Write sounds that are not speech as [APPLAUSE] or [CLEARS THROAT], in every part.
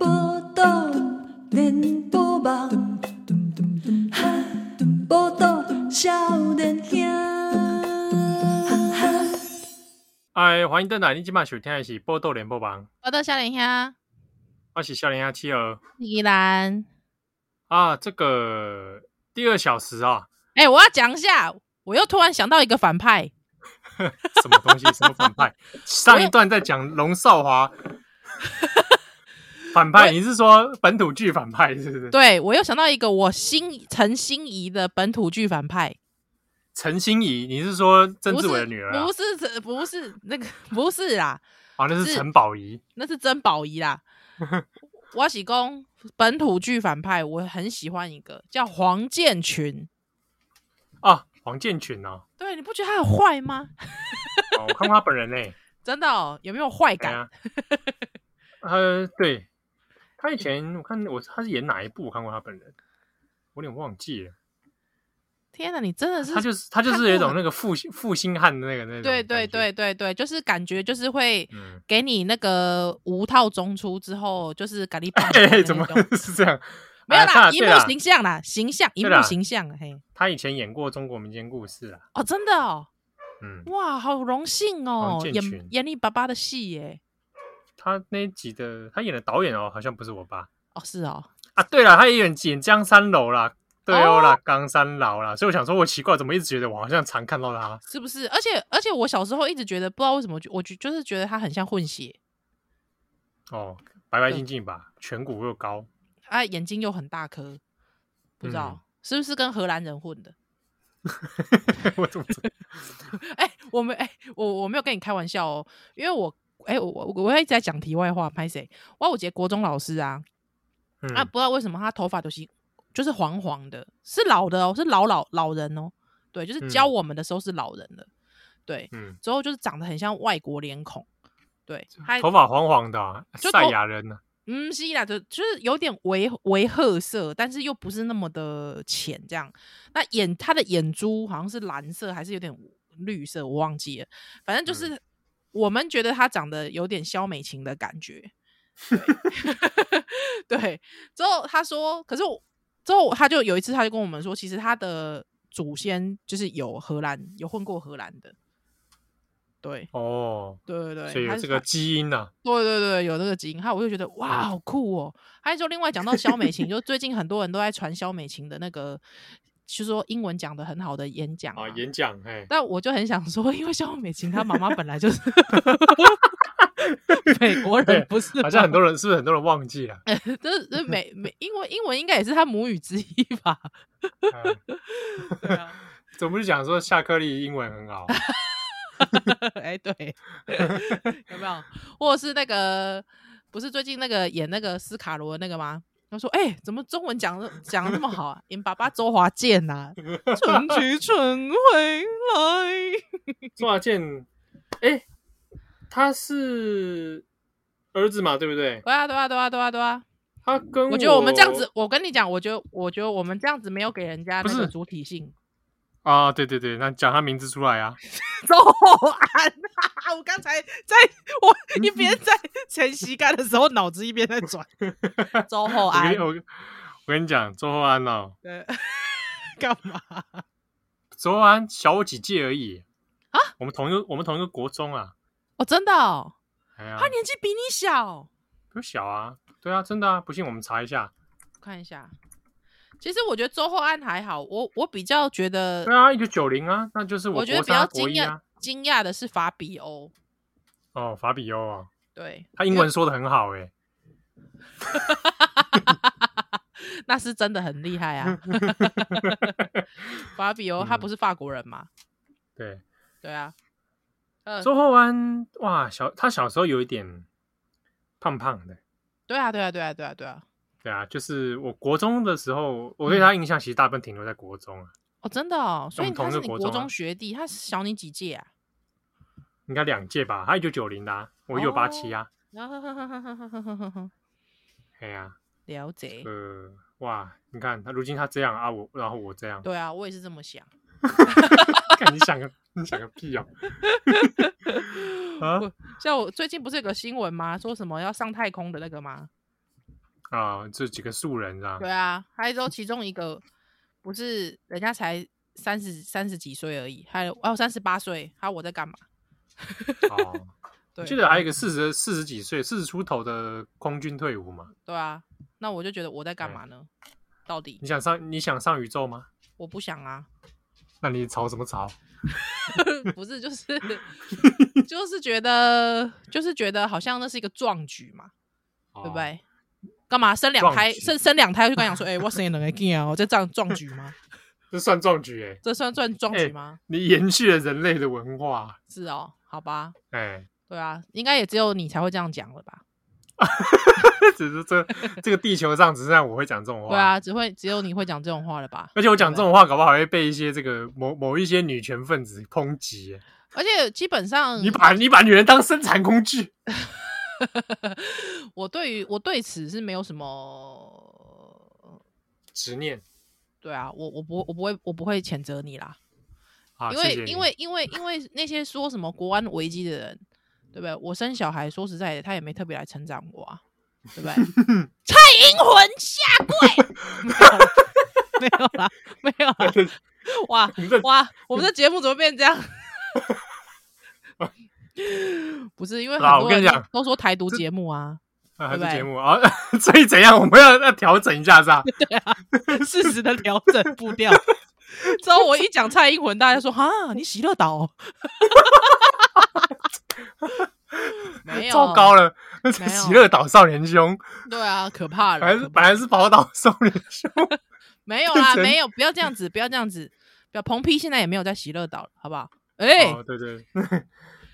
报道连波网，报道少年兄。哎，欢迎邓来，你今晚收听的是《波豆联播榜》，我到小林兄，我是笑脸下妻儿依啊兰。啊。这个第二小时 [LAUGHS] 啊，哎、我要讲一下，我又突然想到一个反派，什么东西？什么反 [LAUGHS] 派？上一段在讲龙少华反派，你是说本土剧反派是不是？对我又想到一个我心陈心怡的本土剧反派，陈心怡，你是说曾不志是伟的女儿啊不？是不是那个 [LAUGHS] 不是啦，啊，那是是陈宝仪。那是曾宝 [LAUGHS] 仪啦。我喜公本土剧反派，我很喜欢一个叫黄建群。啊，黄建群哦，对，你不觉得他很坏吗？哦我看过他本人 [LAUGHS] 嘞，真的、哦、有没有坏哎感？呀，呃，对，他以前我看我他是演哪一部，我看过他本人，我有点忘记了。天哪，你真的是他就是他就看是过有一种很那个负心负心汉的那个那种，对对对，对对，就是感觉就是会嗯，给你那个无套中出之后，就是咖 [LAUGHS] 喱棒嗯的嘿那嘿，种。哎怎么是这样？没有啊看啦？了一对幕啦形象啦，形象一对幕啦形象，嘿，他以前演过《中国民间故事》啦，哦，真的哦，嗯，哇，好荣幸哦黄，建群演演你爸爸的戏耶，他那一集的他演的导演哦，好像不是我爸哦，是哦，啊。对了，他也演演江山楼啦，对哦啦，冈山老啦，所以我想说，我奇怪，怎么一直觉得我好像常看到他？是不是？而且而且，我小时候一直觉得，不知道为什么，我就就是觉得他很像混血哦，白白净净吧，颧骨又 [LAUGHS] 高，啊，眼睛又很大颗，不嗯知道、是不是跟荷兰人混的？ [LAUGHS] 我怎么知道哎、我们哎、我我没有跟你开玩笑哦，因为我哎、我我我一直在讲题外话，拍谁？哇，我姐国中老师啊、嗯啊，不知道为什么她头发都是就是黄黄的，是老的哦，是老老老人哦，对，就嗯是教我们的时候是老人的，对，嗯，之后就是长得很像外国脸孔，对，还头发黄黄的啊，就赛头亚人呢？嗯，是啦，就就是有点微微褐色，但是又不是那么的浅，这样。那眼他的眼珠好像是蓝色，还是有点绿色，我忘记了。反嗯正就是、我们觉得他长得有点肖美琴的感 [LAUGHS] 觉。对对，之后他说，可是我之后他就有一次他就跟我们说，其实他的祖先就是有荷兰，有混过荷兰的。对哦，对对对，所以有他是这个他基因啊呐，对对对，有这个基因，还有我就觉得哇，好酷哦！还有就另外讲到肖美琴，就最近很多人都在传肖美琴的那个，就是说英文讲的很好的演讲嘛、啊，演讲，哎，但我就很想说，因为肖美琴她妈妈本来就是 [LAUGHS] 美国对人，不是 [LAUGHS] 好像很多，多人是不是很多人忘记 [LAUGHS] 了？哎这这美美英文英文应该也是她母语之一 [LAUGHS] 吧？嗯对啊，总不是讲说夏克立英文很 [LAUGHS] 好哎、对， [LAUGHS] 有没有？或者是那个不是最近那个演那个斯卡罗的那个吗？他说：“哎、怎么中文讲得讲的那么好啊？演爸爸周华健呐、啊，春 [LAUGHS] 去春回来。 [LAUGHS] 周华健，哎，他是儿子嘛，对不对？对啊，对啊，对啊，对啊，对啊！他跟我觉得我们这样子，我跟你讲，我觉得，我觉得我们这样子没有给人家不那个是主体性。 [LAUGHS] 啊，对对对，那讲他名字出来啊，周安啊，我刚才在我一嗯边在前膝盖的时候，脑子一边 [LAUGHS] 在转。周厚我哦安跟，我跟我跟你讲，周厚安哦，对，干嘛？周厚安小我几届而已啊，我们同一个我们同一个国中啊，哦，真的、哦，哎呀他，年纪比你小，不小啊，对啊，真的啊，不信我们查一下，我看一下。其实我觉得周厚安还好，我我比较觉得对，啊，一九九零啊，那就是我觉国得比较三国惊一讶啊，惊讶的是法比欧，哦，法比欧啊，对，他英文说的很好 [LAUGHS] 哎，那是真的很厉害啊。嗯法比欧他不是法国人嘛？对。对啊，呃，周厚安哇，小他小时候有一点胖胖的，对啊，对啊，对啊，对啊，对啊。对啊，就是我国中的时候，我对他嗯印象其实大部分停留在国中啊，哦，真的哦，所我以们同他一个是你国国中啊中学弟，他小你几届啊？ [LAUGHS] 应该两届吧，他一九九零的、啊，我一九哦八七啊，啊哎呀、了解，呃，哇，你看他如今他这样啊，我然后我这样，对啊，我也是这么想。看你想个你想个屁哦！啊我像我最近不是有个新闻吗？说什么要上太空的那个吗？啊，这几个素人啊，对啊，还有其中一个不是人家才三十三十几岁而已，还有哦三十八岁，还有我在干嘛？哦，对，记得还有一个四十四十几岁、四十出头的空军退伍嘛？对啊，那我就觉得我在干嘛呢？到底嗯你想上你想上宇宙吗？我不 [LAUGHS] 想啊，那你吵什么吵？不是就是就是觉得就是觉得好像那是一个壮举嘛，对对不？对？干嘛生两胎哦壮举生生两胎就跟 [LAUGHS] 他讲说，哎、我生了两个 g 啊，我这这样壮举吗？这算壮举哎、这算算壮哎举吗？你延续了人类的文化是哦，好吧，哎、对啊，应该也只有你才会这样讲了吧？只是这这个地球上只剩下我会讲这种话。对，啊，只会只有你会讲这种话了吧？而且我讲这种话，搞不好还会被一些这个某某一些女权分子抨击耶。而且基本上，你把你把女人当生产工具， [LAUGHS] 我对于我对此是没有什么，执念对啊，我我不我不会我不会谴责你啦，啊！因谢为谢你因为因为因为那些说什么国安危机的人，对不对？我生小孩，说实在的，他也没特别来成长我啊，[LAUGHS] 对不对？蔡英文下跪， [LAUGHS] 没有啦，没有哎啦，没有啦，哇你这哇，我们的节目怎么变这样？ [LAUGHS] [LAUGHS] 不是因为啊很我多跟你人讲都说台独节目啊，啊，还对不是对节目啊， [LAUGHS] 所以怎样我们要要调整一下是吧？ [LAUGHS] 适时的调整步调。之后我一讲蔡英文，大家说哈，你喜乐岛哦、没有，糟糕了，那没有喜乐岛少年兄，对啊，可怕了，本来是可本怕来是宝岛少年兄，没有啦，变成没有，不要这样子，不要这样子，不要彭批现在也没有在喜乐岛了，好不好？哎、哦对对。 [LAUGHS]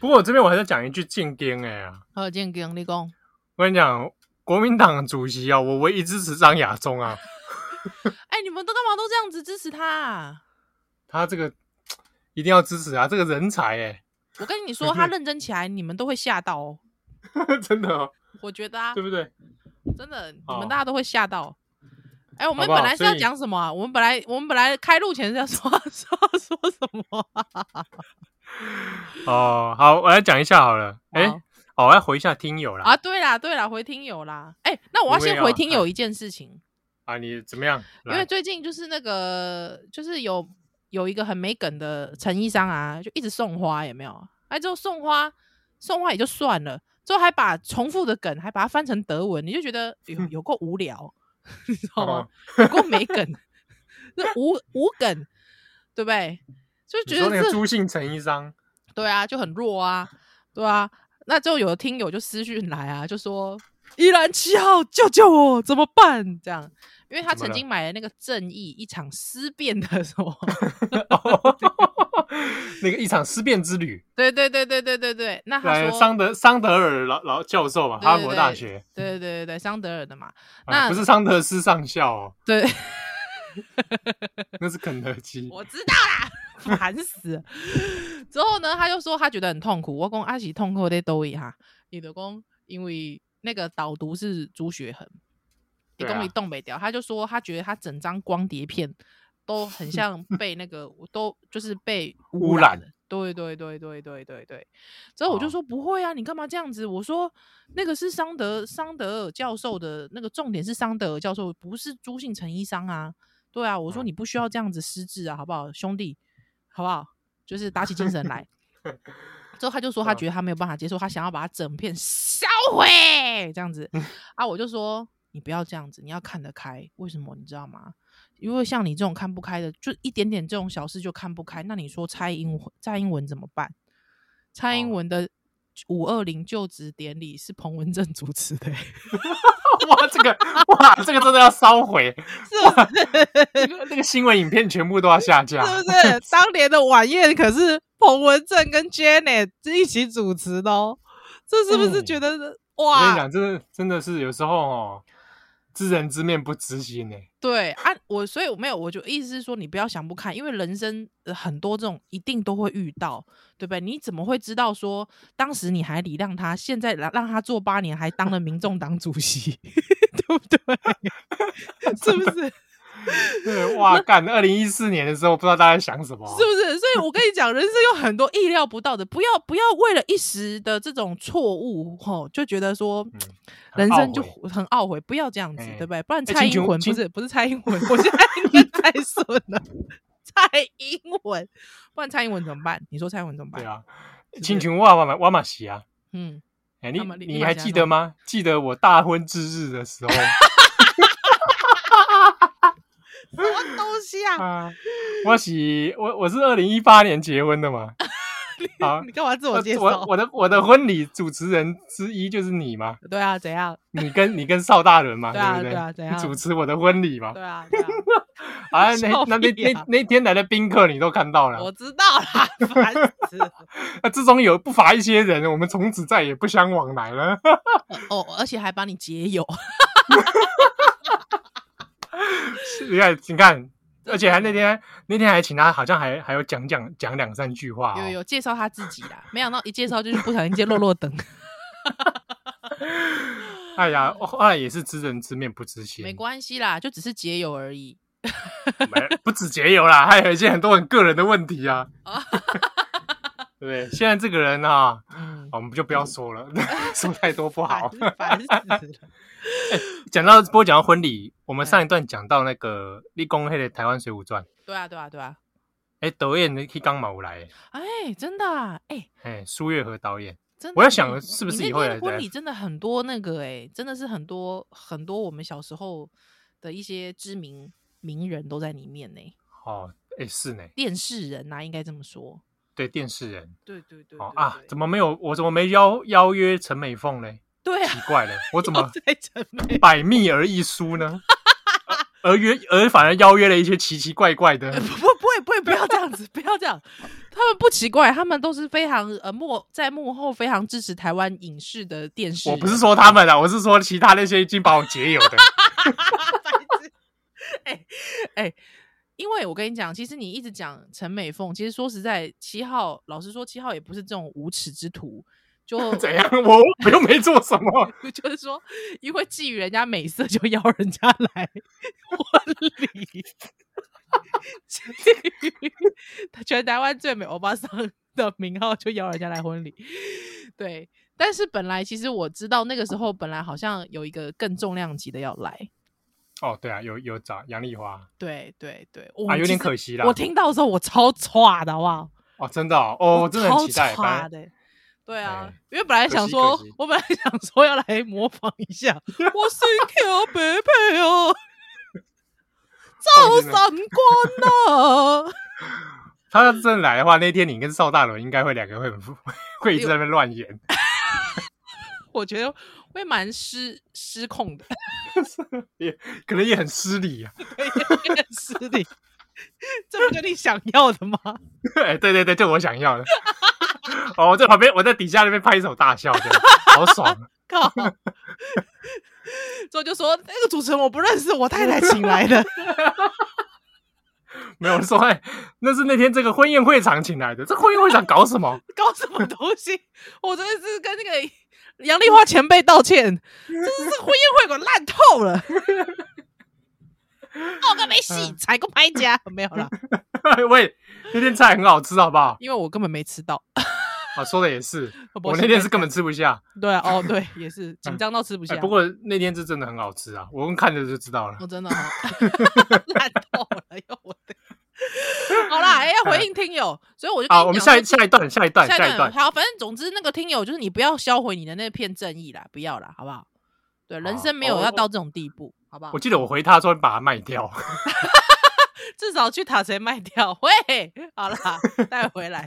不过我这边我还是讲一句进颠哎呀，何建根，你讲，我跟你讲，国民党主席啊，我唯一支持张亚中 [LAUGHS] 啊，哎、你们都干嘛都这样子支持他、啊？他这个一定要支持啊，这个人才哎、 [LAUGHS] 我跟你说，他认真起来，你们都会吓到哦。真的、 [LAUGHS] 哦，我觉得啊对，不对？真的，你好们大家都会吓到。哎、我们好不好本来是要所以讲什么啊、我们本来我们本来开录前是要说 [LAUGHS] 说说什么啊、哦，好，我来讲一下好了。哎、好哦，我要回一下听友啦。啊啊？对啦对啦，回听友啦。哎、那我我要也先要回听啊友一件事情，你怎么样？因来为最近就是那个就是有有一个很没梗的陈医生啊，就一直送花，有没有？哎，之后送花送花也就算了，之后还把重复的梗还把它翻成德文，你就觉得有有够无聊， [LAUGHS] 你知道吗？哦有够没梗， [LAUGHS] 那无无梗，对不对？就你觉说得那个这朱姓陈医生， [LAUGHS] 对啊，就很弱啊，对啊。那就有听友就私讯来啊，就说依兰七号救救我，怎么办？这样，因为他怎么曾了经买了那个正义一场思辨的什么， [LAUGHS] [LAUGHS] 那个一场思辨之旅，对对对对对对对。那他来说桑德桑德尔老老教授嘛，对对哈佛大学，对对对对，桑德尔的嘛，啊那不是桑德斯上校哦，对，那是肯德基。我知道啦， [LAUGHS] 烦死了。之后呢，他就说他觉得很痛苦。我讲阿喜痛苦的都一哈，你的公因为那个导读是朱学恒，你对公啊你动北掉，他就说他觉得他整张光碟片都很像被那个都就是被污污染了。对对对对对对对，之后我就哦说不会啊，你干嘛这样子？我说那个是桑德桑德尔教授的那个重点是桑德尔教授，不是朱信成医生啊。对啊，我说嗯你不需要这样子失智啊，好不好，兄弟，好不好？就是打起精神 [LAUGHS] 来。之后他就说他嗯觉得他没有办法接受，他想要把它整片销毁这 [LAUGHS] 样子啊，我就说你不要这样子，你要看得开，为什么你知道吗？因为像你这种看不开的，就一点点这种小事就看不开，那你说蔡英文蔡英文怎么办？蔡英哦文的五二零就职典礼是彭文正主持 [LAUGHS] 的欸、哇，这个哇，这个真的要烧毁，是不是？这个那个新闻影片全部都要下架。是 [LAUGHS] 不是？当年的晚宴可是彭文正跟 Janet 一起主持的哦，这是不是嗯觉得、我跟你哇？讲，真的真的是有时候哦，知人知面不知心 [LAUGHS] 呢、对啊，我所以我没有，我就意思是说，你不要想不开，因为人生呃很多这种一定都会遇到，对不对？你怎么会知道说当时你还礼让他，现在让让他做八年，还当了民众党主席， [LAUGHS] 对 [LAUGHS] 不对？是不是？对，哇，干！二零一四年的时候，不知道大家在想什么。是不是？所以我跟你讲，人生有很多意料不到的，不要不要为了一时的这种错误，吼，就觉得说嗯很人懊生就悔很懊悔，不要这样子，哎对不对？不然哎蔡金英琼文不金是不是 [LAUGHS] 蔡英 [LAUGHS] 文，我现在念太顺了， [LAUGHS] 蔡英文，不然蔡英文怎么办？你说蔡英文怎么办？对啊是，不亲是像我我嘛我嘛是啊。嗯，哎、那么你你你你嘛还是记安怎得吗？记得我大婚之日的 [LAUGHS] 时候什么东西啊？啊，我是我我是二零一八年结婚的嘛。好， [LAUGHS] [LAUGHS] 你干嘛自我我介我绍？我的我的婚礼主持人之一就是你嘛，对啊，怎样？你跟你跟邵大人嘛，对啊不对？对啊怎样你主持我的婚礼嘛对，啊，对啊。 [LAUGHS] 啊，那笑那那屁啊那那天来的宾客你都看到了啊我，知道啦， [LAUGHS] 烦死了！那之中有不乏一些人，我们从此再也不相往来了。 [LAUGHS] [LAUGHS] 哦，而且还把你解友，你看，你看，而且还那天那天还请他，好像还还有讲讲讲两三句话、哦，有有介绍他自己啦， [LAUGHS] 没想到一介绍就是不小心接落 [LAUGHS] 落等，哎呀，我后来也是知人知面不知心，嗯没关系啦，就只是结友而已。没哎不止节油啦，还有一些很多很个人的问题啊。哦 [LAUGHS] 对，现在这个人啊，嗯，我们就不要说 [LAUGHS] 了，说太多不好。烦烦死了。讲到不过讲到婚礼，我们上一段讲到那个嗯立功黑的台湾水浒传，对啊，对啊，对啊。哎，导演那 K 刚嘛有来，哎，真的啊，哎，哎，苏月和导演，真的。我在想你是不是嗯你以那后天也婚在礼真的很多那个哎，真的是很多很多我们小时候的一些知名名人都在里面呢，哦，哎是呢，电视人啊呐、应该这么说。对电视人对对对哦啊，怎么么没有我怎么没邀邀约陈美凤嘞？对奇啊？怪 [LAUGHS] 嘞，我怎么在成美？百密而一疏呢？而而约而反而邀约了一些奇奇怪怪的呃，不不不会不会不要这样子，不要这样。他们不奇怪，他们都是非常呃幕在幕后非常支持台湾影视的电视人。我不是说他们啊，我是说其他那些已经把我解友 [LAUGHS] 的。白痴，哎哎，因为我跟你讲，其实你一直讲陈美凤，其实说实在，七号老实说，七号也不是这种无耻之徒，[LAUGHS] 就怎样？我我又没做什么，就是说，因为觊觎人家美色，就邀人家 [LAUGHS] 来婚礼。觊觎全台湾最美欧巴桑的名号，就邀人家来婚礼。对，但是本来其实我知道那个时候，本来好像有一个更重量级的要来。哦，对啊，有有找杨丽花对对对，我啊，有点其实可惜啦。我听到的时候，我超 [LAUGHS] 歘的，好不好？哦，真的哦，哦我真的很期待。超歘反正的。欸对啊哎，因为本来想说可惜可惜，我本来想说要来模仿 [LAUGHS] 一下，我心跳贝贝哦，哦照闪光啊！他要真的来的话，那天你跟邵大伦应该会两个会很 [LAUGHS] 会一直在那边乱演。 [LAUGHS] 我觉得会蛮失失控的，也可能也很失礼啊！ [LAUGHS] 有点失礼。 [LAUGHS] 这不就你想要的吗？哎，对对对，就我想要的。 [LAUGHS] 哦，我在旁边，我在底下那边拍手大笑，这样好爽啊！ [LAUGHS] 靠！ [LAUGHS] 所以就说那个主持人我不认识，我太太请来的。没有说，哎，那是那天这个婚宴会场请来的。这婚宴会场搞什么？ [LAUGHS] [LAUGHS] 搞什么东西？ [LAUGHS] 我真的是跟那个杨丽花前辈道 [LAUGHS] 歉，真的是婚宴会馆烂透了，哦，个没戏，嗯踩个拍 [LAUGHS] 家没有啦，喂，那天菜很好吃，好不好？因为我根本没吃到。啊，说的也是，哦不我那天是根本吃不下。对 [LAUGHS] 啊，哦对，也是紧张到吃不哎下。不过那天是真的很好吃啊，我用看着就知道了我。真的哦 [LAUGHS] 烂透了，又我的。好啦，哎、要回应听友，所以我就跟你嗯好，我们讲下说一下一段，下一段，下下一一段。好，反正总之那个听友就是你不要销毁你的那片正义啦，不要啦，好不好？对，人好生没有哦要到这种地步，好不好我？记得我回他说把它卖掉，至少去塔谁卖掉。 [LAUGHS] 喂，好啦，带回来。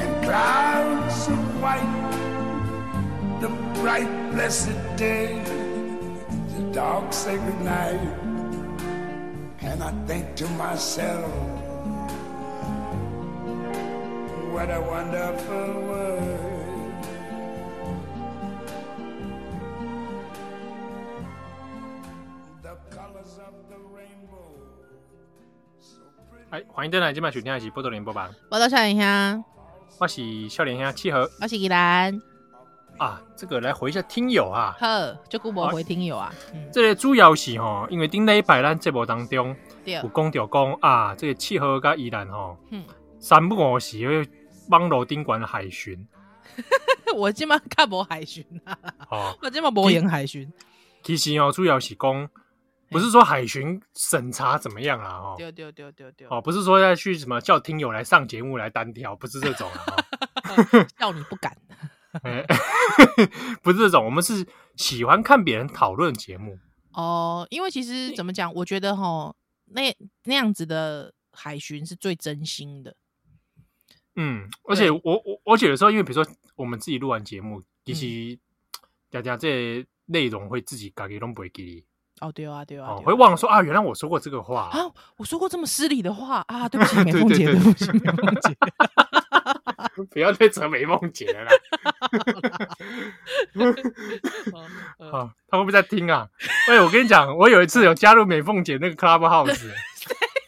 and clouds of white. The bright, blessed day, the dark, sacred night. And I think to myself, what a wonderful world. The colors of the rainbow, so pretty. 哎，欢迎登来，今晚收听的是《波多连播吧》， [LAUGHS] 我到笑脸乡，我是笑脸兄七和我是依兰。啊。这个来回一下听友啊，呵，就顾博回听友啊，嗯，这个主要是吼，因为顶礼拜咱节目当中对有，讲着讲啊，这个七和甲依然吼嗯，三不五时会网络顶管海巡我 [LAUGHS] 今晚看无海巡啊，哦。我今晚无演海巡，其实哦，主要是讲，不是说海巡审查怎么样啦哦，对对对对对，哦，不是说要去什么叫听友来上节目来单挑，不是这种啦、哦。 [LAUGHS] 笑你不敢，啊哎 [LAUGHS] 不是这种，我们是喜欢看别人讨论节目。哦，因为其实怎么讲，我觉得哈，那那样子的海巡是最真心的，嗯，而且我我而且有时候，因为比如说我们自己录完节目，嗯其实大家这内容会自己改给弄不会给，哦，对啊，对啊，哦，对啊会忘了说啊，原来我说过这个话。啊，我说过这么失礼的话啊， [LAUGHS] 对不起，美对凤对姐，对对不起，美凤 [LAUGHS] 姐，不要再扯美梦姐 [LAUGHS] 了啦，哦呃啊，他会不会在听啊？哎，我跟你讲，我有一次有加入美凤姐那个 [LAUGHS] Clubhouse，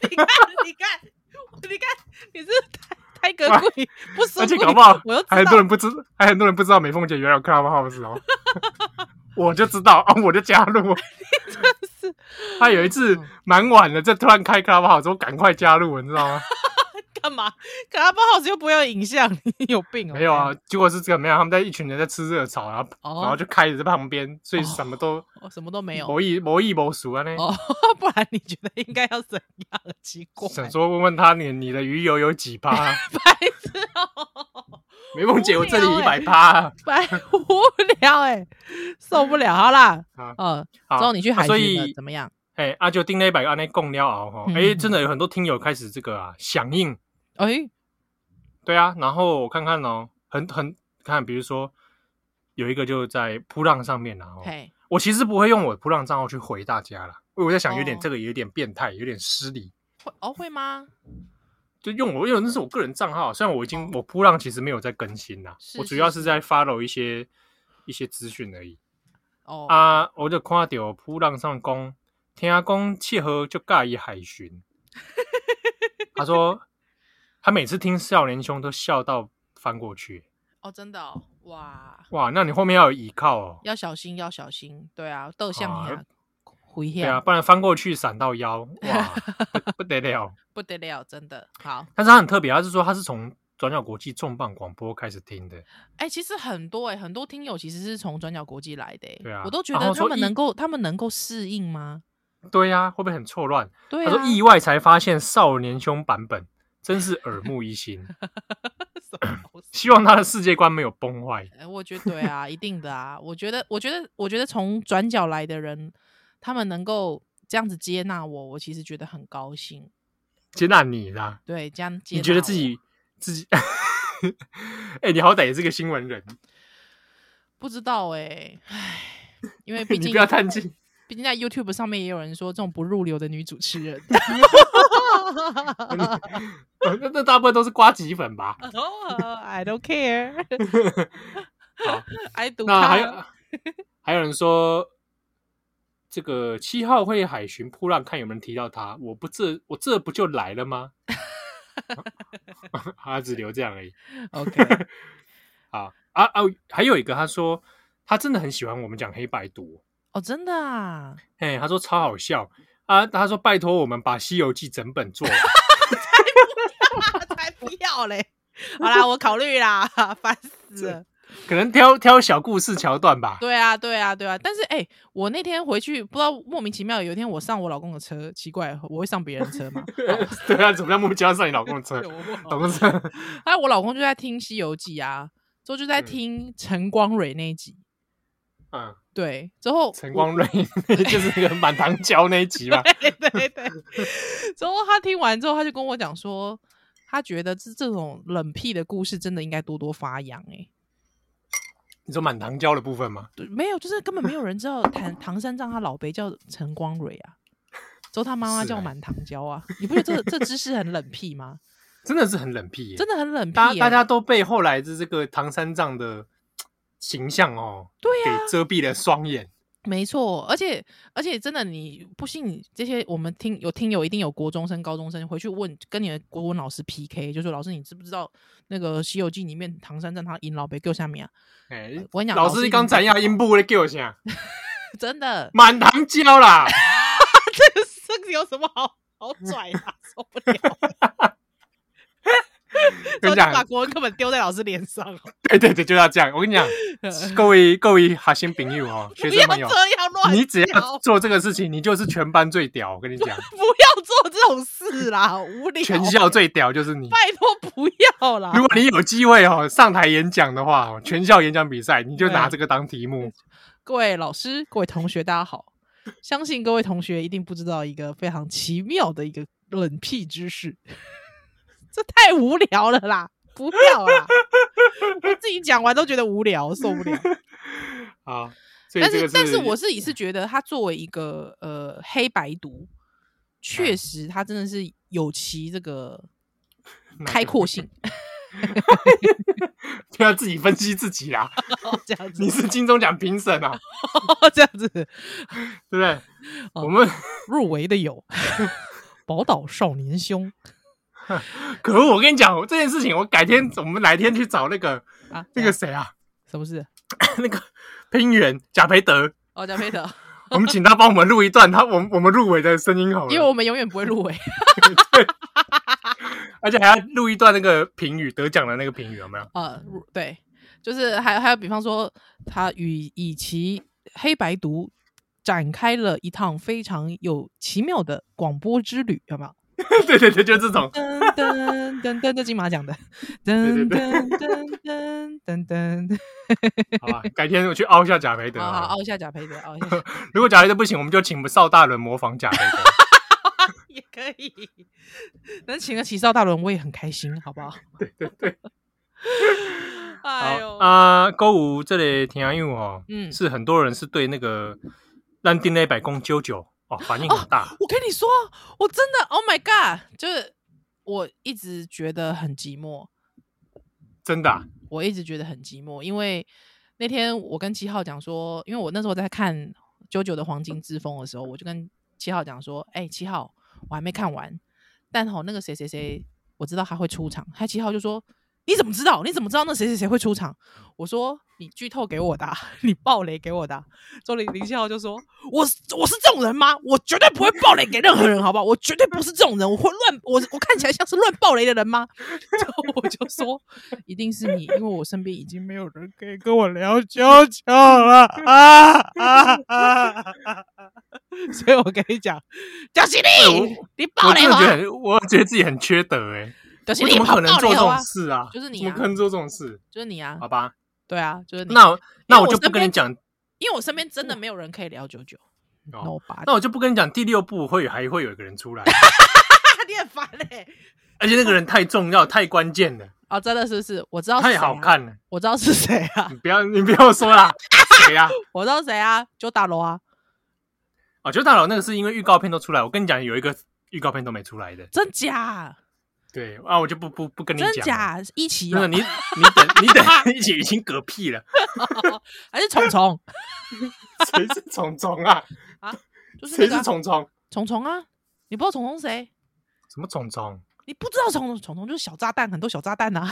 你看，你看，你看，你是太太格贵，不熟而且悉搞不好我又知还很多道，人不知，还很多人不知道美凤姐原来有 Clubhouse 哦。我就知道啊，我就加 [LAUGHS] 入。是嗯他有一次蛮晚了，这突然开 Clubhouse，我赶快加入，你知道吗？干嘛？可他不好使又不会有影像，你有病哦？没有啊，结果是这个没有，他们在一群人在吃热炒，然后、哦然后就开着在旁边，所以哦什么都我什么都没有谋一谋一谋熟啊呢。哦，不然你觉得应该要怎样？奇怪，想说问问他你你的鱼油有 [LAUGHS] 几趴、白痴哦，美梦姐，我这无里一聊欸百趴。白无聊哎，受不了，好啦，啊嗯，好之后你去海所巡以了怎么样？哎，阿就定那一百个安内共撩熬哈，嗯哎，真的有很多听友开始这个啊响应，哎，对啊，然后我看看哦，很很看，比如说有一个就在扑浪上面啦、啊、哦，嘿，我其实不会用我扑浪账号去回大家啦，因为我在想有点、哦这个有点变态，有点失礼，会哦会吗？就用我因为那是我个人账号，虽然我已经、我扑浪其实没有在更新啦，哦是我主是要是是在 follow 一些一些资讯而已哦，啊，我就看到扑浪上公听公契合就尬意海 [LAUGHS] 巡，他说他每次听少年兄都笑到翻过去。哦，真的哦，哇，哇，那你后面要有倚靠哦。要小心，要小心，对啊，斗啊向你啊，回对啊，向不然翻过去闪到 [LAUGHS] 腰，哇，不不得了。不得了，真的好。但是他很特别，他是说他是从转角国际重磅广播开始听的，哎、其实很多哎、很多听友其实是从转角国际来的、欸，对啊我都觉然得后他说们一能够，他们能够适应吗？对呀、会不会很错乱？对他啊，说意外才发现少年兄版本，真是耳目一 [LAUGHS] 新。什么 [LAUGHS] 东西希望他的世界观没有崩坏。哎我觉得对啊，一定的啊，我觉得，我觉得，我觉得从转角来的人，他们能够这样子接纳我，我其实觉得很高兴。接纳你啦，对，这样接纳你觉得我自己自己？ [LAUGHS] 哎、你好歹也是个新闻人，不知道哎、欸，唉，因为 [LAUGHS] 毕你竟不要叹 [LAUGHS] 气。毕竟在 YouTube 上面也有人说这种不入流的女主持人，呃那那大部分都是瓜子粉吧？ [LAUGHS] Oh, I don't [LAUGHS] care. [LAUGHS] 好， I do 那还有 care. [LAUGHS] 还有人说，这个七号会海巡扑浪，看有没有人提到他。我不这我这不就来了 [LAUGHS] 吗？ [LAUGHS] 他只留这样而已。 OK，好啊啊，还有一个他说他真的很喜欢我们讲黑白读， [LAUGHS] 哦，真的 [LAUGHS] 啊，嘿，他说超好笑啊，他说拜托我们把《西游记》整本做完。 [LAUGHS] 才不要嘞！好啦，我考虑啦，烦死了。可能挑挑小故事桥段 [LAUGHS] 吧。对啊，对啊，对啊。但是哎、我那天回去不知道莫名其妙，有一天我上我老公的车，奇怪，我会上别人的 [LAUGHS] 车吗？对啊，怎么样？目标上你老公的车 [LAUGHS] 对，，老我忘公了的车，哎，我老公就在听《西游记》啊，之后就在嗯听陈光蕊那一集。嗯，对，之后陈我光瑞就是那个满堂教那一集嘛。对对对。 [LAUGHS] 之后他听完之后，他就跟我讲说，他觉得这这种冷僻的故事真的应该多多发扬、欸。你说满堂教的部分吗？对，没有，就是根本没有人知道唐唐三藏他老辈叫陈光蕊啊，之后他妈妈是叫欸满堂娇啊。你不觉得这这知识很冷僻吗？真的是很冷僻耶，真的很冷僻、大欸。大家都被后来的这个唐三藏的形象哦，对啊给遮蔽了双眼。没错，而且而且真的，你不信这些，我们听有听友一定有国中生、高中生回去问，跟你的国文老师 PK，就说老师，你知不知道那个《西游记》里面唐三藏他引老北救下面啊？哎、我跟你讲，老师刚斩 [LAUGHS] 下引阴部的给我下，真的，满堂教 [LAUGHS] 啦，这个这 [LAUGHS] 个有什么好好拽啊？受不 [LAUGHS] 了，跟你然后就把讲，国文课本丢在老师脸上，哦对对对，就要这样。我跟你 [LAUGHS] 讲，各位各位哈新朋友哦，[LAUGHS] 不学要生这朋友，样乱，你只要不做这个事情，你就是全班最屌。我跟你 [LAUGHS] 讲，要做这种事啦，无聊，全校最屌就是 [LAUGHS] 你。拜托不要啦如。果你有机会哦上台演讲的话哦，全校演讲比赛，你就啊拿这个当题目。各位老师、各位同学，大家好！相信各位同学一定不知道一个非常奇妙的一个冷僻知识， [LAUGHS] 这太无聊了啦！不要啦， [LAUGHS] 我自己讲完都觉得无聊，受不了。好，所以但这个但是我自己是觉得，它作为一个呃黑白读，嗯确实它真的是有其这个嗯开阔性，不 [LAUGHS] 要自己分析自己 [LAUGHS] 啦。这样子你，是金钟奖评审啊，这样 [LAUGHS] 子对不对？哦我们入围的有 [LAUGHS] 宝岛少年兄可恶我跟你讲这件事情，我改天我们哪天去找那个啊，那个谁 [LAUGHS] 啊，什 [LAUGHS] 么事？那个配音员贾培德，哦，加菲特。 [LAUGHS] 我们请他帮我们录一段他我们我们入围的声音好了，因为我们永远不会入围。而且还要录一段那个评语得奖的那个评语有没 [LAUGHS] 有？呃，入对，就是还还有，比方说他与以其黑白读展开了一趟非常有奇妙的广播之旅，有没有？对对对，就这 [LAUGHS] 种。噔噔噔噔，这金马奖的，对噔对噔噔噔噔噔。好吧，改天我去凹一下贾培德好好好了。凹一下贾培德，凹一下如果贾培德不行，我们就请邵大伦模仿贾培德。也可以。能请得起邵大伦，我也很开心，好不好？对对对， [LAUGHS] 哎好呦，啊，歌舞这里听友哦，嗯是很多人是对那个让丁内百公啾啾哦反应很大，我跟你说，我真的，Oh my God，就是我一直觉得很寂寞，真的啊我一直觉得很寂寞，因为那天我跟七号讲说，因为我那时候在看九九的《黄金之风》的时候，我就跟七号讲说，哎、七号，我还没看完，但好那个谁谁谁，我知道他会出场，他七号就说。你怎么知道？你怎么知道那谁谁谁会出场？我说你剧透给我的啊， [LAUGHS] 你爆雷给我的啊。周林林七号就说：“我是我是这种人吗？我绝对不会爆雷给任何人，好不好？我绝对不是这种人，我会乱我我看起来像是乱爆雷的人吗？” [LAUGHS] 然后我就说：“一定是你，因为我身边已经没有人可以跟我 [LAUGHS] 聊啾啾了哦啊啊 [LAUGHS] 啊啊！所以我跟你讲，就是你，你哎爆我雷真的觉得啊，很，我觉得自己很缺德哎、就是我你怎么跑可能爆做雷这猴种啊，事啊？就是你怎啊么可能做这种事？就是你啊好，吧，对啊，就是你。那我那因嗯我为我就不身跟你边讲，因为我身边真的没有人可以聊九九哦，nobody，那我就不跟你讲，第六部会还会有一个人出来，你很烦嘞。而且那个人太重要、太关键了，哦，真的是不是？我知道是太谁好啊，看了。我知道是谁啊你，不要，你不要说啦，谁呀、啊？我知道谁啊，九打楼啊，哦，就大佬那个是因为预告片都出来，我跟你讲，有一个预告片都没出来的。真假？对啊，我就不不不跟你真讲。假？一起真的，哦你你等你等一起已经嗝屁了，还是虫虫？ [LAUGHS] 谁是虫虫 [LAUGHS] 啊？就是那谁个啊是虫虫？虫虫啊，你不知道虫虫谁？什么虫虫？你不知道虫虫虫虫就是小炸弹，很多小炸弹啊。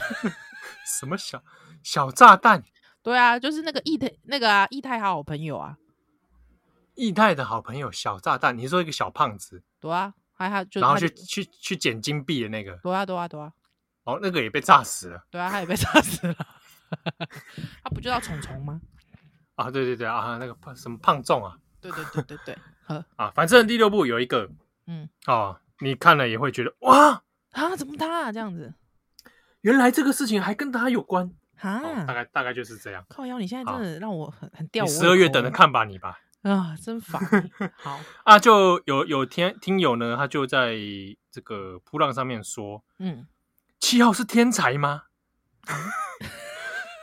什么小小炸弹？对啊，就是那个异态那个啊，异态好朋友啊，异态的好朋友小炸弹，你说一个小胖子，对啊，还他就然后他去就去去捡金币的那个，对啊对啊对啊哦，那个也被炸死了。对啊，他也被炸死了。 [LAUGHS] 他不就叫虫虫吗？啊，对对对啊，那个胖什么胖仲啊对对对对对，呵，啊，反正第六部有一个嗯，啊，你看了也会觉得哇，啊，怎么他、啊、这样子？原来这个事情还跟他有关，哦、大啊，概大概就是这样。靠腰，你现在好真的让我很很吊你我胃口十了。二月等着看吧，你吧。啊，[LAUGHS] 真烦欸。好，啊，就有有听听友呢，他就在这个扑浪上面说，嗯，七号是天才吗？嗯 [LAUGHS]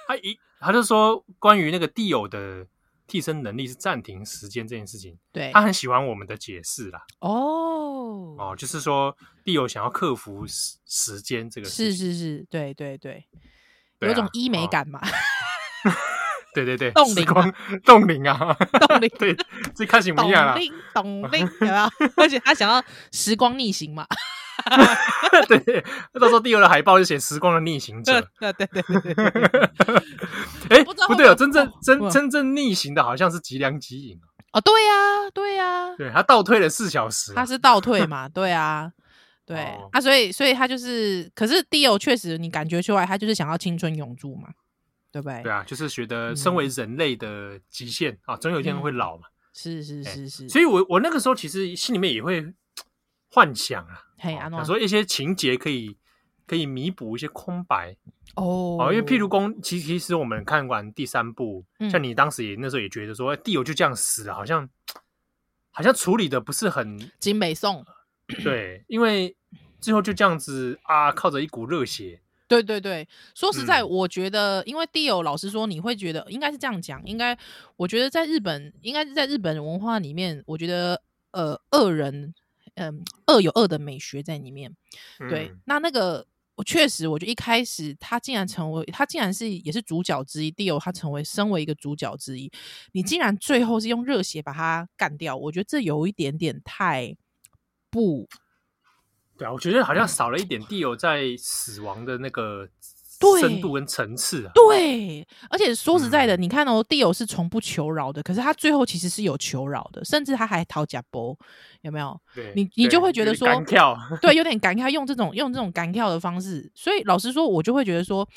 他一他就说关于那个地友的替身能力是暂停时间这件事情，对他，很喜欢我们的解释啦。哦，啊哦，就是说地友想要克服时时间这个事是情，是是，对对对，对有种啊医美哦感嘛， [LAUGHS] 对对对，冻时龄啊光冻龄啊，冻龄对，这开始不懂一样啦，啊令懂令，对吧？ [LAUGHS] 而且他想要时光逆行嘛，对，到时候地友的海报就写时光的逆行对者，对对对对对对， [LAUGHS] 哎、呃不知道不会对不哦，会真正哦真嗯真正逆行的好像是吉良吉影，啊哦，对呀对呀，对他啊倒退了四小时啊、他是倒退嘛，对啊。对、哦啊，所以所以他就是，可是 Dio 确实你感觉出来，他就是想要青春永驻嘛，对不对？对啊，就是觉嗯得身为人类的极限、啊，总有一天会老嘛。是是是是，哎所以我我那个时候其实心里面也会嘖幻想啊，嘿哦哎阿诺想说一些情节可以可以弥补一些空白哦哦，因为譬如公，其其实我们看完第三部，嗯像你当时也那时候也觉得说哎地友就这样死了，好像嘖好像处理的不是很 [CLEARS THROAT] 金北宋，对，因为最后就这样子啊，靠着一股热血，对对对，说实在，嗯我觉得，因为 Dio 老师说，你会觉得应该是这样讲，应该我觉得在日本，应该是在日本文化里面，我觉得呃，恶人，嗯、恶有恶的美学在里面。对嗯，那那个我确实，我觉得一开始他竟然成为他竟然是也是主角之一，Dio 他成为身为一个主角之一，你竟然最后是用热血把他干掉，我觉得这有一点点太不对啊，我觉得好像少了一点地友在死亡的那个对深度跟层次啊。对，而且说实在的，你看哦，地友是从不求饶的，可是他最后其实是有求饶的，甚至他还讨假波，有没有？对你你就会觉得说干跳， [LAUGHS] 对，有点赶跳，用这种用这种赶跳的方式，所以老实说，我就会觉得说，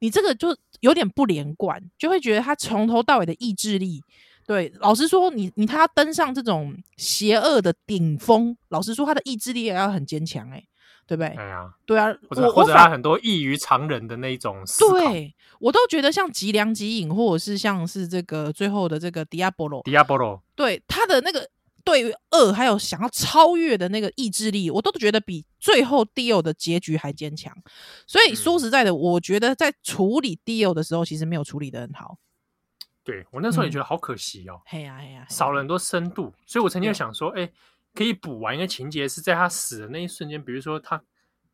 你这个就有点不连贯，就会觉得他从头到尾的意志力。对，老实说，你你他登上这种邪恶的顶峰，老实说，他的意志力也要很坚强、欸，哎，对不对？哎呀，对啊，或我者或我者反他很多异于常人的那一种思考。对我都觉得像吉良吉影，或者是像是这个最后的这个迪亚波罗， Diablo，对他的那个对于恶还有想要超越的那个意志力，我都觉得比最后 Dio 的结局还坚强。所以嗯说实在的，我觉得在处理 Dio 的时候，其实没有处理的很好。对我那嗯时候也觉得好可惜哦，嘿呀嘿呀，嘿呀少了很多深度。所以我曾经有想说，哎，可以补完一个情节，是在他死的那一瞬间，比如说他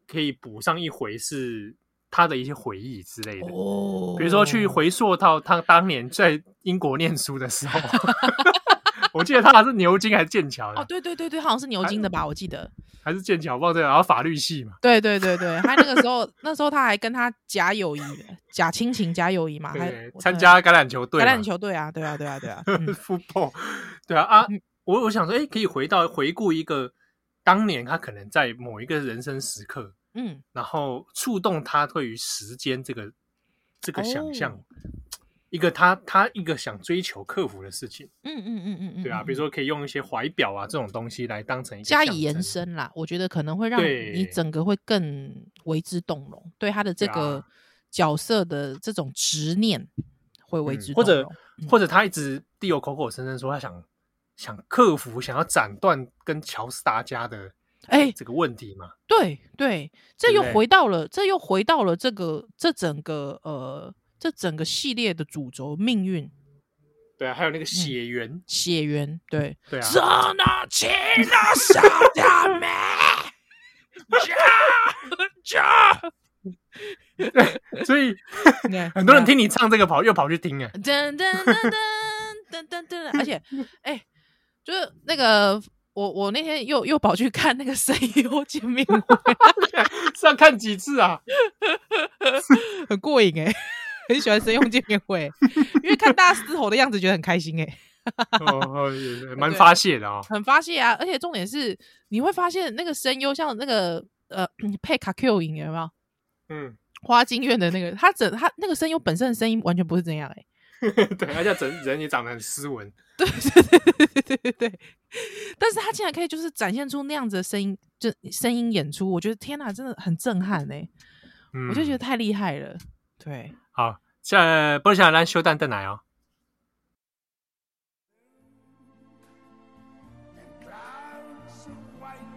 可以补上一回是他的一些回忆之类的。哦，比如说去回溯到他当年在英国念书的时候， [LAUGHS] 我记得他还是牛津还是剑桥的，哦，对对对对，好像是牛津的吧，我记得。还是剑桥，忘记了，然后法律系嘛，对对对对，他那个时候那时候他还跟他假友谊、假亲情、假友谊嘛，还对，参加橄榄球队橄嘛，榄球队啊，对啊对啊对啊，嗯 [LAUGHS] football，对啊啊，我我想说，哎，可以回到回顾一个当年他可能在某一个人生时刻，嗯。然后触动他对于时间这个这个想象，哦一个他他一个想追求克服的事情，嗯嗯嗯嗯嗯，对啊，嗯比如说可以用一些怀表啊这种东西来当成一个加象以延征伸啦，我觉得可能会让你对整个会更为之动容，对他的这对啊个角色的这种执念会为之嗯或动容者或者他一直地有口口声声说他想想克服，想要斩断跟乔斯达家的哎这个问题嘛，对对，这对又不对回到了，这又回到了这个这整个呃这整个系列的主轴命运对啊，还嗯有那个血缘，血缘，对，对啊，那起那小大 [LAUGHS] 妹， [LAUGHS] 加加，所以对很多人对啊听你唱这个跑又跑去听哎、噔噔噔噔噔噔噔，而且， [LAUGHS] 哎、就是那个我我那天又又跑去看那个声优见面会，是要看几次啊？ [LAUGHS] 很过瘾哎、很喜欢声优见面 [LAUGHS] 会，因为看大家嘶吼的样子觉得很开心哎、哦哦，也是蛮发泄的啊、哦。很发泄啊！而且重点是 [CLEARS THROAT] 你会发现那个声优像那个呃配卡 Q 影有没有？嗯，花京院的那个，他整他那个声优本身的声音完全不是这样哎、嗯 [LAUGHS] 对，而且整人也长得很斯文，对对对对对对对 [LAUGHS] 对，但是他竟然可以就是展现出那样子的声音，就声音演出，我觉得天哪，真的很震撼哎、嗯，我就觉得太厉害了。对，好，下波下咱小等等来哦。 Clouds of white,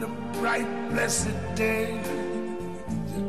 the bright blessed day, the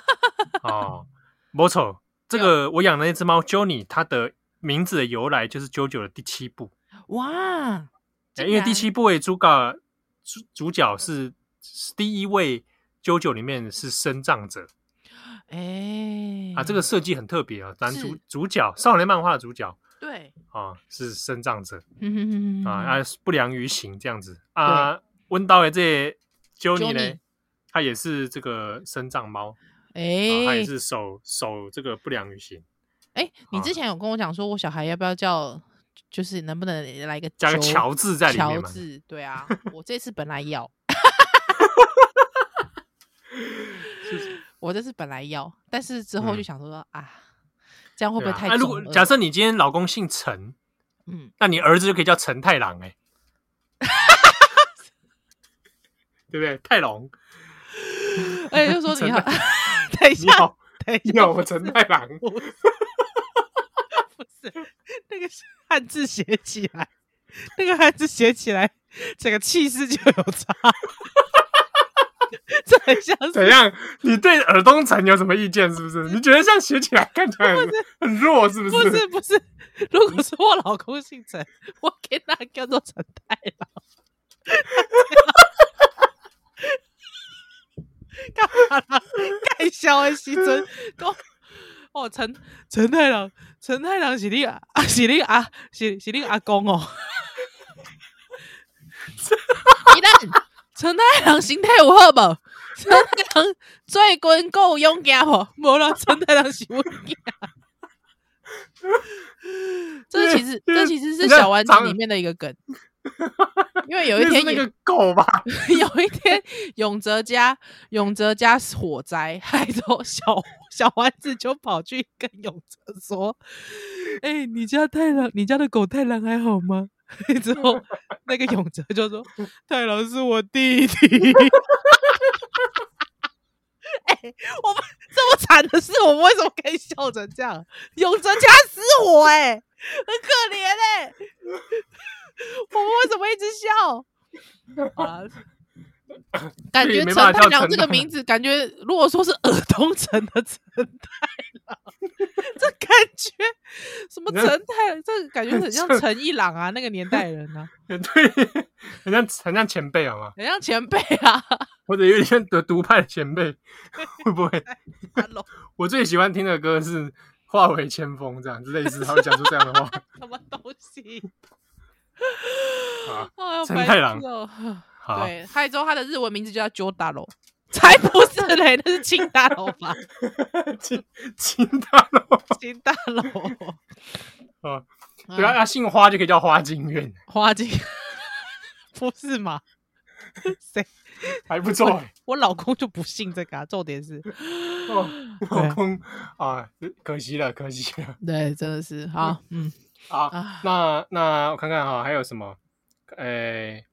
[LAUGHS] 哦，没错，这啊个我养的那只猫 Johnny，它的名字的由来就是啾啾的第七部，哇，哎竟因为然第七部的主角主主角是是第一位啾啾里面是生长者哎啊，这个设计很特别啊，男是主主角少年漫画的主角对，啊是生长者。嗯哼哼哼啊哼啊，不良于行这样子啊。温刀的这 Johnny 呢 Johnny，他也是这个生长猫，啊他哎也是守守这个不良于行，哎，你之啊前有跟我讲说，我小孩要不要叫，就是能不能来个加个啾乔字在里面乔嘛。治？对 [LAUGHS] 啊，我这次本来要，我这次本来要，但是之后就嗯想说、啊，这样会不对会啊太啊重如了？果假设你今天老公姓陈，嗯，那你儿子就可以叫陈太郎 [LAUGHS] 哎、欸，对不对？太郎， [LAUGHS] 哎、就说你好，陈等一你下，好，等一你下，好，我陈太郎。不是那个是汉字写起来，那个汉字写起来，整个气势就有差。 [LAUGHS] 这很像是怎样？你对尔东城有什么意见？是不是？你觉得这样写起来看起来很很弱，是不不是不是，如果是我老公姓陈，我给他叫做陈太郎。 [LAUGHS] 干嘛啦？ [LAUGHS] 盖销的 [LAUGHS] 时阵，讲哦陈陈太郎，陈太郎是你啊，是你啊，是是你阿公哦。伊咱陈太郎身体有好无？陈太郎最近够有勇敢无？无啦，陈太郎是阮囝。这其实，这其实是小丸子里面的一个梗，啊因为有一天那有是那个狗吧，有 [LAUGHS] 一天永泽家永泽家火灾，害得小小丸子就跑去跟永泽说：“哎、你家太郎，你家的狗太郎还好吗？”之后那个永泽就说：“太郎是我弟弟。”哎、我们这么惨的事，我们为什么可以笑成这样？永泽家失火、哎，很可怜哎、我们为什么一直笑？ [LAUGHS] 啊，感所以觉没陈办法太叫郎陈这个太名字，感觉如果说是耳东城的陈太郎，这 [LAUGHS] 感觉什么你陈看太，这 [LAUGHS] 个感觉很像这陈一郎啊，那个年代人啊，对，很像很像前辈好吗？很像前辈 [LAUGHS] 啊。或者有点像德独派的前辈，会不会？ Hello，我最喜欢听的歌是“化为千风”这样，类似他会讲出这样的 [LAUGHS] 话。什么东西？啊哎呦陈白太痴郎 [LAUGHS] 哦 [LAUGHS] 好，啊对，还之后他的日文名字就叫 j o d a r o 才不是嘞，那是青大楼吧？金金大佬，青大 [LAUGHS] 楼，哎啊，对啊，他姓花就可以叫花金院，花精 [LAUGHS] 不是嘛？谁？还不错欸。我老公就不信这个、啊，重 [LAUGHS] 点是，哦，老公啊，可惜了，可惜了对，真的是好，嗯，啊啊。那那我看看哈，还有什么？诶，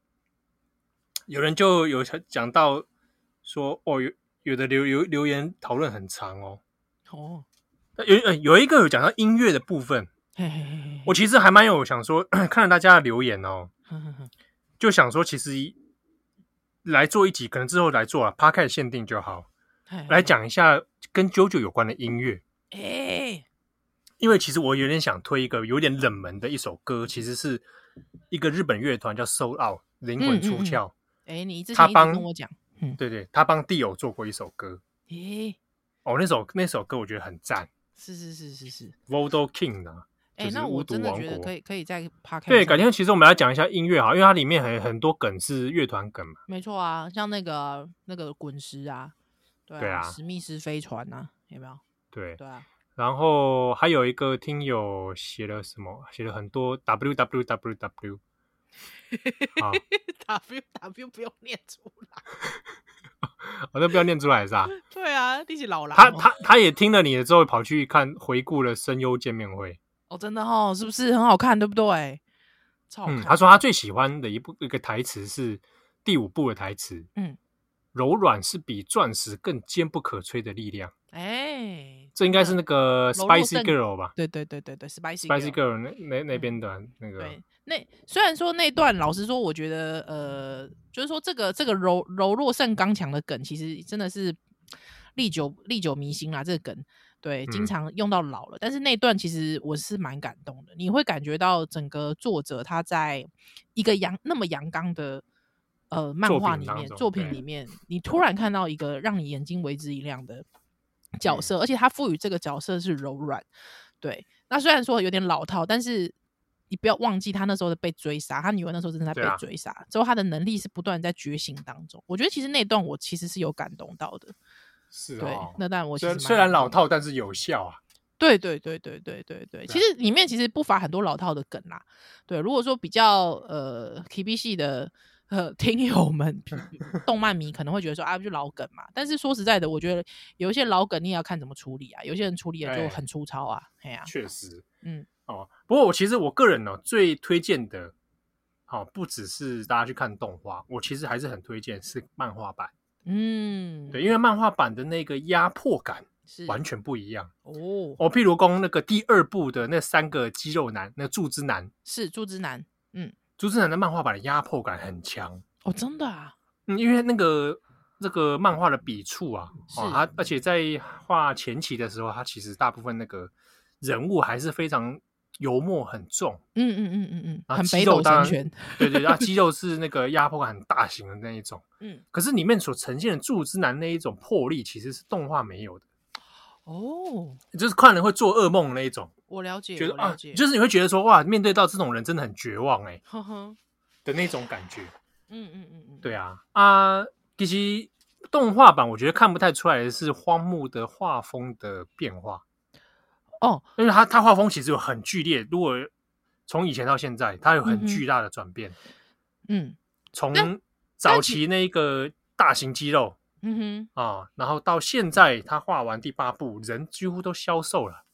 有人就有讲到说，哦，有有的留留留言讨论很长哦。哦，有呃有一个有讲到音乐的部分，嘿嘿嘿嘿，我其实还蛮有想说， [CLEARS THROAT] 看了大家的留言哦，哼哼哼就想说其实来做一集，可能之后来做了 p a r k 限定就好，嘿来，讲一下跟 JoJo 有关的音乐，哎，因为其实我有点想推一个有点冷门的一首歌，其实是一个日本乐团叫 Soul Out 灵魂出窍，哎，你之他前一直跟帮我讲，对对，他帮 d i o 做过一首歌，哎，哦，那首那首歌我觉得很赞是是是是是， ，Voodoo King 啊，哎就，是那巫我毒真的王觉得国可以可以在 p a r k 对，改天其实我们来讲一下音乐哈，因为它里面很很多梗是乐团梗嘛，没错啊，像那个那个滚石啊，对对啊啊，史密斯飞船啊，有没有？对。对 [LAUGHS] 啊，然后还有一个听友写了什么？写了很多 w w w w。好， W W 不用念出来。我都不要念出来是吧？对啊，你是老狼他哦他他也听了你的之后，跑去看回顾了声优见面会。哦，真的哦，是不是很好看？对不对？超好嗯，看。他说他最喜欢的一部一个台词是第五部的台词。嗯，柔软是比钻石更坚不可摧的力量。 [LAUGHS] 哎，这应该是那个柔弱 Spicy 更 Girl 吧对对对对对，Spicy ？Spicy Girl Girl 那那那边的那个。对，那虽然说那段，老实说，我觉得呃，就是说这个这个柔柔弱胜刚强的梗，其实真的是历久历久弥新啦。这个梗对，经嗯常用到老了。但是那段其实我是蛮感动的，你会感觉到整个作者他在一个阳那么阳刚的。呃，漫作画品里当面，中作品对里面，你突然看到一个让你眼睛为之一亮的嗯角色，而且他赋予这个角色是柔软，对。那虽然说有点老套，但是你不要忘记他那时候的被追杀，他女儿那时候真的在被对啊追杀，之后他的能力是不断在觉醒当中。我觉得其实那段我其实是有感动到的，是对哦，。那段我其虽实然蛮虽然感老动的，套，但是有效啊。对对对对对对对，其对啊实里面其实不乏很多老套的梗啦。对，如果说比较呃 K B 系的。呃，听友 [LAUGHS] 们，动漫迷可能会觉得说啊，不就老梗嘛。但是说实在的，我觉得有一些老梗你也要看怎么处理啊。有些人处理了哎就很粗糙啊，哎呀、确实，嗯，哦，不过我其实我个人呢、最推荐的，哦，不只是大家去看动画，我其实还是很推荐是漫画版，嗯，对，因为漫画版的那个压迫感是完全不一样。哦，哦，譬如说那个第二部的那三个肌肉男，那柱之男，是朱之男柱之男的漫画版的压迫感很强，哦，真的啊，嗯，因为那个。这个漫画的笔触啊，哦，是他而且在画前期的时候，他其实大部分那个人物还是非常油墨很重，嗯嗯嗯嗯嗯，啊很肌北肉斗当神然拳，对对，啊，肌肉是那个压迫感很大型的那一种，嗯，可是里面所呈现的柱之男那一种魄力，其实是动画没有的，哦，就是看了会做噩梦那一种，我了解，觉得我啊了解，，，就是是你会觉得说哇，面对到这种人真的很绝望哎、呵呵，的那种感觉。嗯嗯嗯嗯，，对啊，啊，其实动画版我觉得看不太出来的是荒木的画风的变化，哦，因为他他画风其实有很剧烈，如果从以前到现在，他有嗯很哼巨大的转变，嗯从但早但其期那个大型肌肉。嗯哼，啊、然后到现在他画完第八部，人几乎都消瘦 [LAUGHS] 了。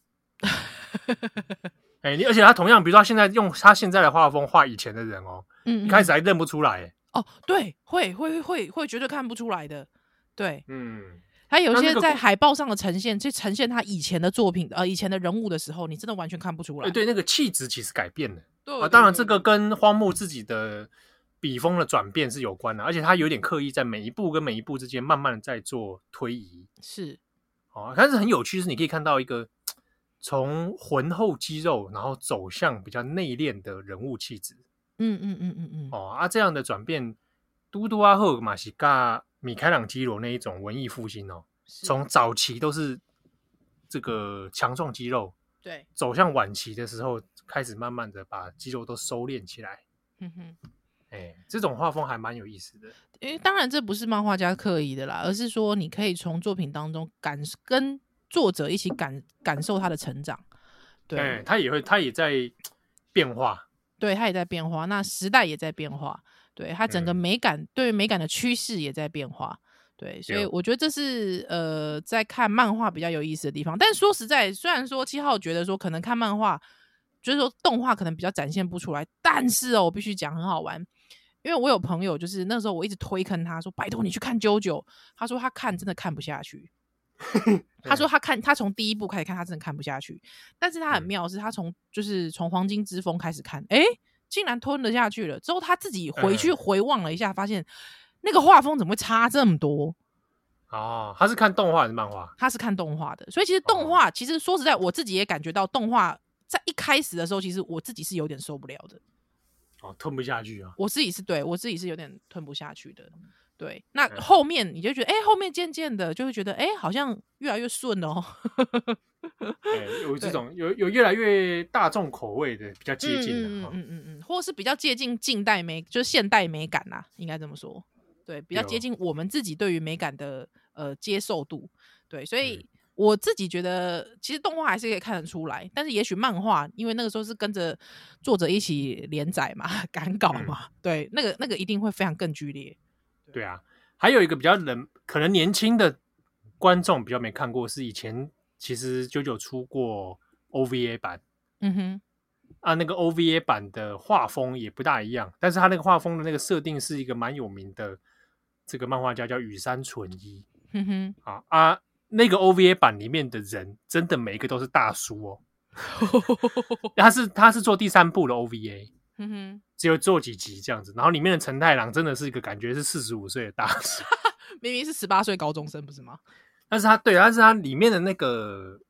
哎、你而且他同样，比如说他现在用他现在的画风画以前的人哦，嗯，一开始，始还认不出来。哦，对，会会会会绝对看不出来的，对，嗯，他有那那些个在故海报上的呈现，去呈现他以前的作品，呃，以前的人物的时候，你真的完全看不出哎、来，对，那个气质其实改变了对啊。当然，这对个跟荒木自己的笔锋的转变是有关的，而且他有点刻意在每一步跟每一步之间慢慢的在做推移哦是，啊。但是很有趣，是你可以看到一个从浑厚肌肉，然后走向比较内敛的人物气质。嗯嗯嗯嗯嗯，哦啊，这样的转变，嘟啊嘟阿赫马西嘎米开朗基罗那一种文艺复兴哦，是从早期都是这个强壮肌肉，对，走向晚期的时候，开始慢慢的把肌肉都收敛起来。嗯哼。哎，这种画风还蛮有意思的。因为当然这不是漫画家刻意的啦，而是说你可以从作品当中感跟作者一起感感受他的成长。对，哎，他也会，他也在变化。对，它也在变化，那时代也在变化，对它整个嗯美感，对于美感的趋势也在变化。对，所以对我觉得这是呃，在看漫画比较有意思的地方。但说实在，虽然说七号觉得说可能看漫画，就是说动画可能比较展现不出来，但是哦，我必须讲很好玩，因为我有朋友就是那时候我一直推坑他说，拜托你去看《啾啾》，他说他看真的看不下去，嗯他说他看他从第一部开始看，他真的看不下去。但是他很嗯妙的是，他从就是从《黄金之风》开始看，诶，竟然吞得下去了。之后他自己回去嗯回望了一下，发现那个画风怎么会差这么多？哦，他是看动画还是漫画？他是看动画的，所以其实哦动画其实说实在，我自己也感觉到动画在一开始的时候，其实我自己是有点受不了的。哦，吞不下 [LAUGHS] 去啊。我自己是对我自己是有点吞不下去的。对，那嗯后面你就觉得，诶，后面渐渐的就会觉得，诶，好像越来越顺哦。哎，有这种有有越来越大众口味的，比较接近嗯的哦哈。嗯嗯嗯嗯，或是比较接近近代美，就是现代美感啦、应该这么说。对，比较有接近我们自己对于美感的呃接受度。对，所以嗯我自己觉得，其实动画还是可以看得出来，但是也许漫画，因为那个时候是跟着作者一起连载嘛， [LAUGHS] 赶稿嘛，嗯对，那个那个一定会非常更剧烈。对啊，还有一个比较冷，可能年轻的观众比较没看过，是以前其实九九出过 OVA 版嗯哼，啊，那个 OVA 版的画风也不大一样，但是他那个画风的那个设定是一个蛮有名的这个漫画家叫羽山纯一哼哼。啊啊，那个 OVA 版里面的人真的每一个都是大叔哦， [LAUGHS] 他是他是做第三部的 OVA。哼嗯哼，只有做几集这样子，然后里面的陈太郎真的是一个感觉是四十五岁的大叔，明明是十八岁高中生，不是吗？但是他对，但是他里面的那个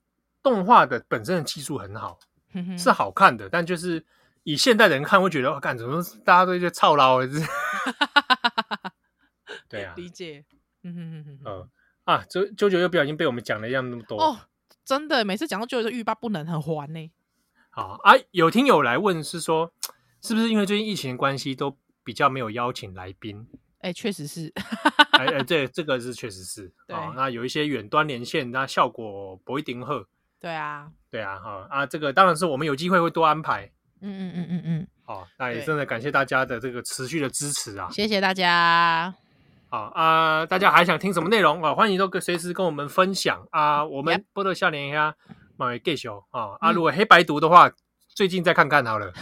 动画的本身的技术很好，嗯哼哼，是啊好看的，但就是以现代人看会觉得，哦，干怎么大家都一些操劳，就是对 [LAUGHS] 啊， [LAUGHS] 理解。嗯哼哼哼哼。呃啊，九九九又不小心被我们讲了一样那么多哦，真的，每次讲到旧的欲罢不能，很还呢、好啊，有听友来问是说，是不是因为最近疫情的关系都比较没有邀请来宾？哎、确实是， [LAUGHS] 哎哎，这这个是确实是对啊、那有一些远端连线，那效果不一定好。对啊，对啊，哈、啊，这个当然是我们有机会会多安排。嗯嗯嗯嗯嗯，好、那也对真的感谢大家的这个持续的支持啊！谢谢大家，好啊，大家还想听什么内容啊？欢迎都跟随时跟我们分享啊！我们 Yep 波特笑脸呀，买 gay 秀啊！啊，嗯如果黑白读的话，最近再看看好了，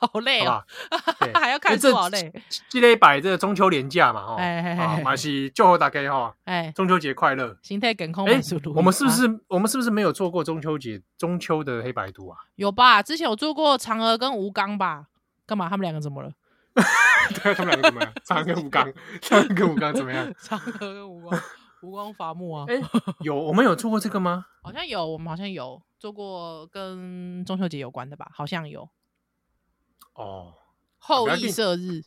[LAUGHS] 好累好不哦，好？对 [LAUGHS] 哎还要看因为这书，好累，这礼拜这个中秋连假嘛，哈、哎哎啊哎，马西祝贺大家哈、哎、中秋节快乐！心态梗空哎满速度，啊我们是不是、我们是不是没有做过中秋节中秋的黑白读啊？ [LAUGHS] 有吧？之前有做过嫦娥跟吴刚吧？干嘛？他们两个怎么了？对啊，他们两个怎么样？张跟吴刚，张跟吴刚怎么样？ [LAUGHS] 嫦娥跟吴刚，吴刚伐木啊，哎、有我们有做过这个吗？好像有，我们好像有做过跟中秋节有关的吧？好像有哦，后不要羿定射 [LAUGHS] 日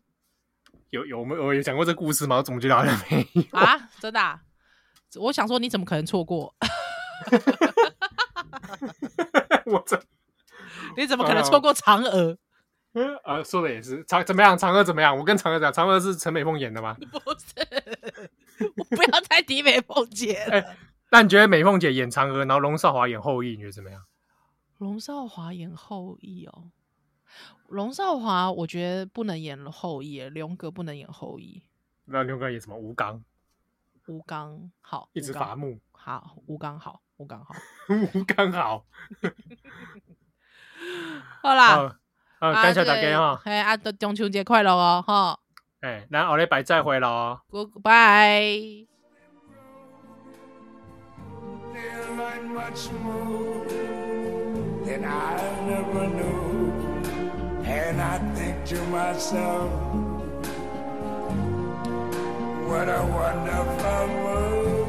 有有我们我有讲过这故事吗？我怎么觉得好像没有？ [LAUGHS] 啊，真的、啊，我想说你怎么可能错过？ [LAUGHS] 我这你怎么可能错过嫦娥？呃说的也是，嫦怎么样？嫦娥怎么样？我跟嫦娥讲，嫦娥是陈美凤演的吗？不是， [LAUGHS] 我不要再提美凤姐 [LAUGHS] 了。哎、那你觉得美凤姐演嫦娥，然后龙少华演后羿，你觉得怎么样？龙少华演后羿哦，龙少华我觉得不能演后羿耶，龙哥不能演后羿，那刘哥演什么？吴刚吴刚好，一吴直刚伐木， [LAUGHS] 好，吴刚好，吴刚好，吴刚好好啦，啊啊！感谢大家哈，哎啊，都中秋节快乐哦，哈哎，那后礼拜再会了哦。 ，Goodbye。 There ain't much more than I never knew. And I think to myself, what a wonderful world.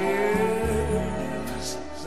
Yeah. as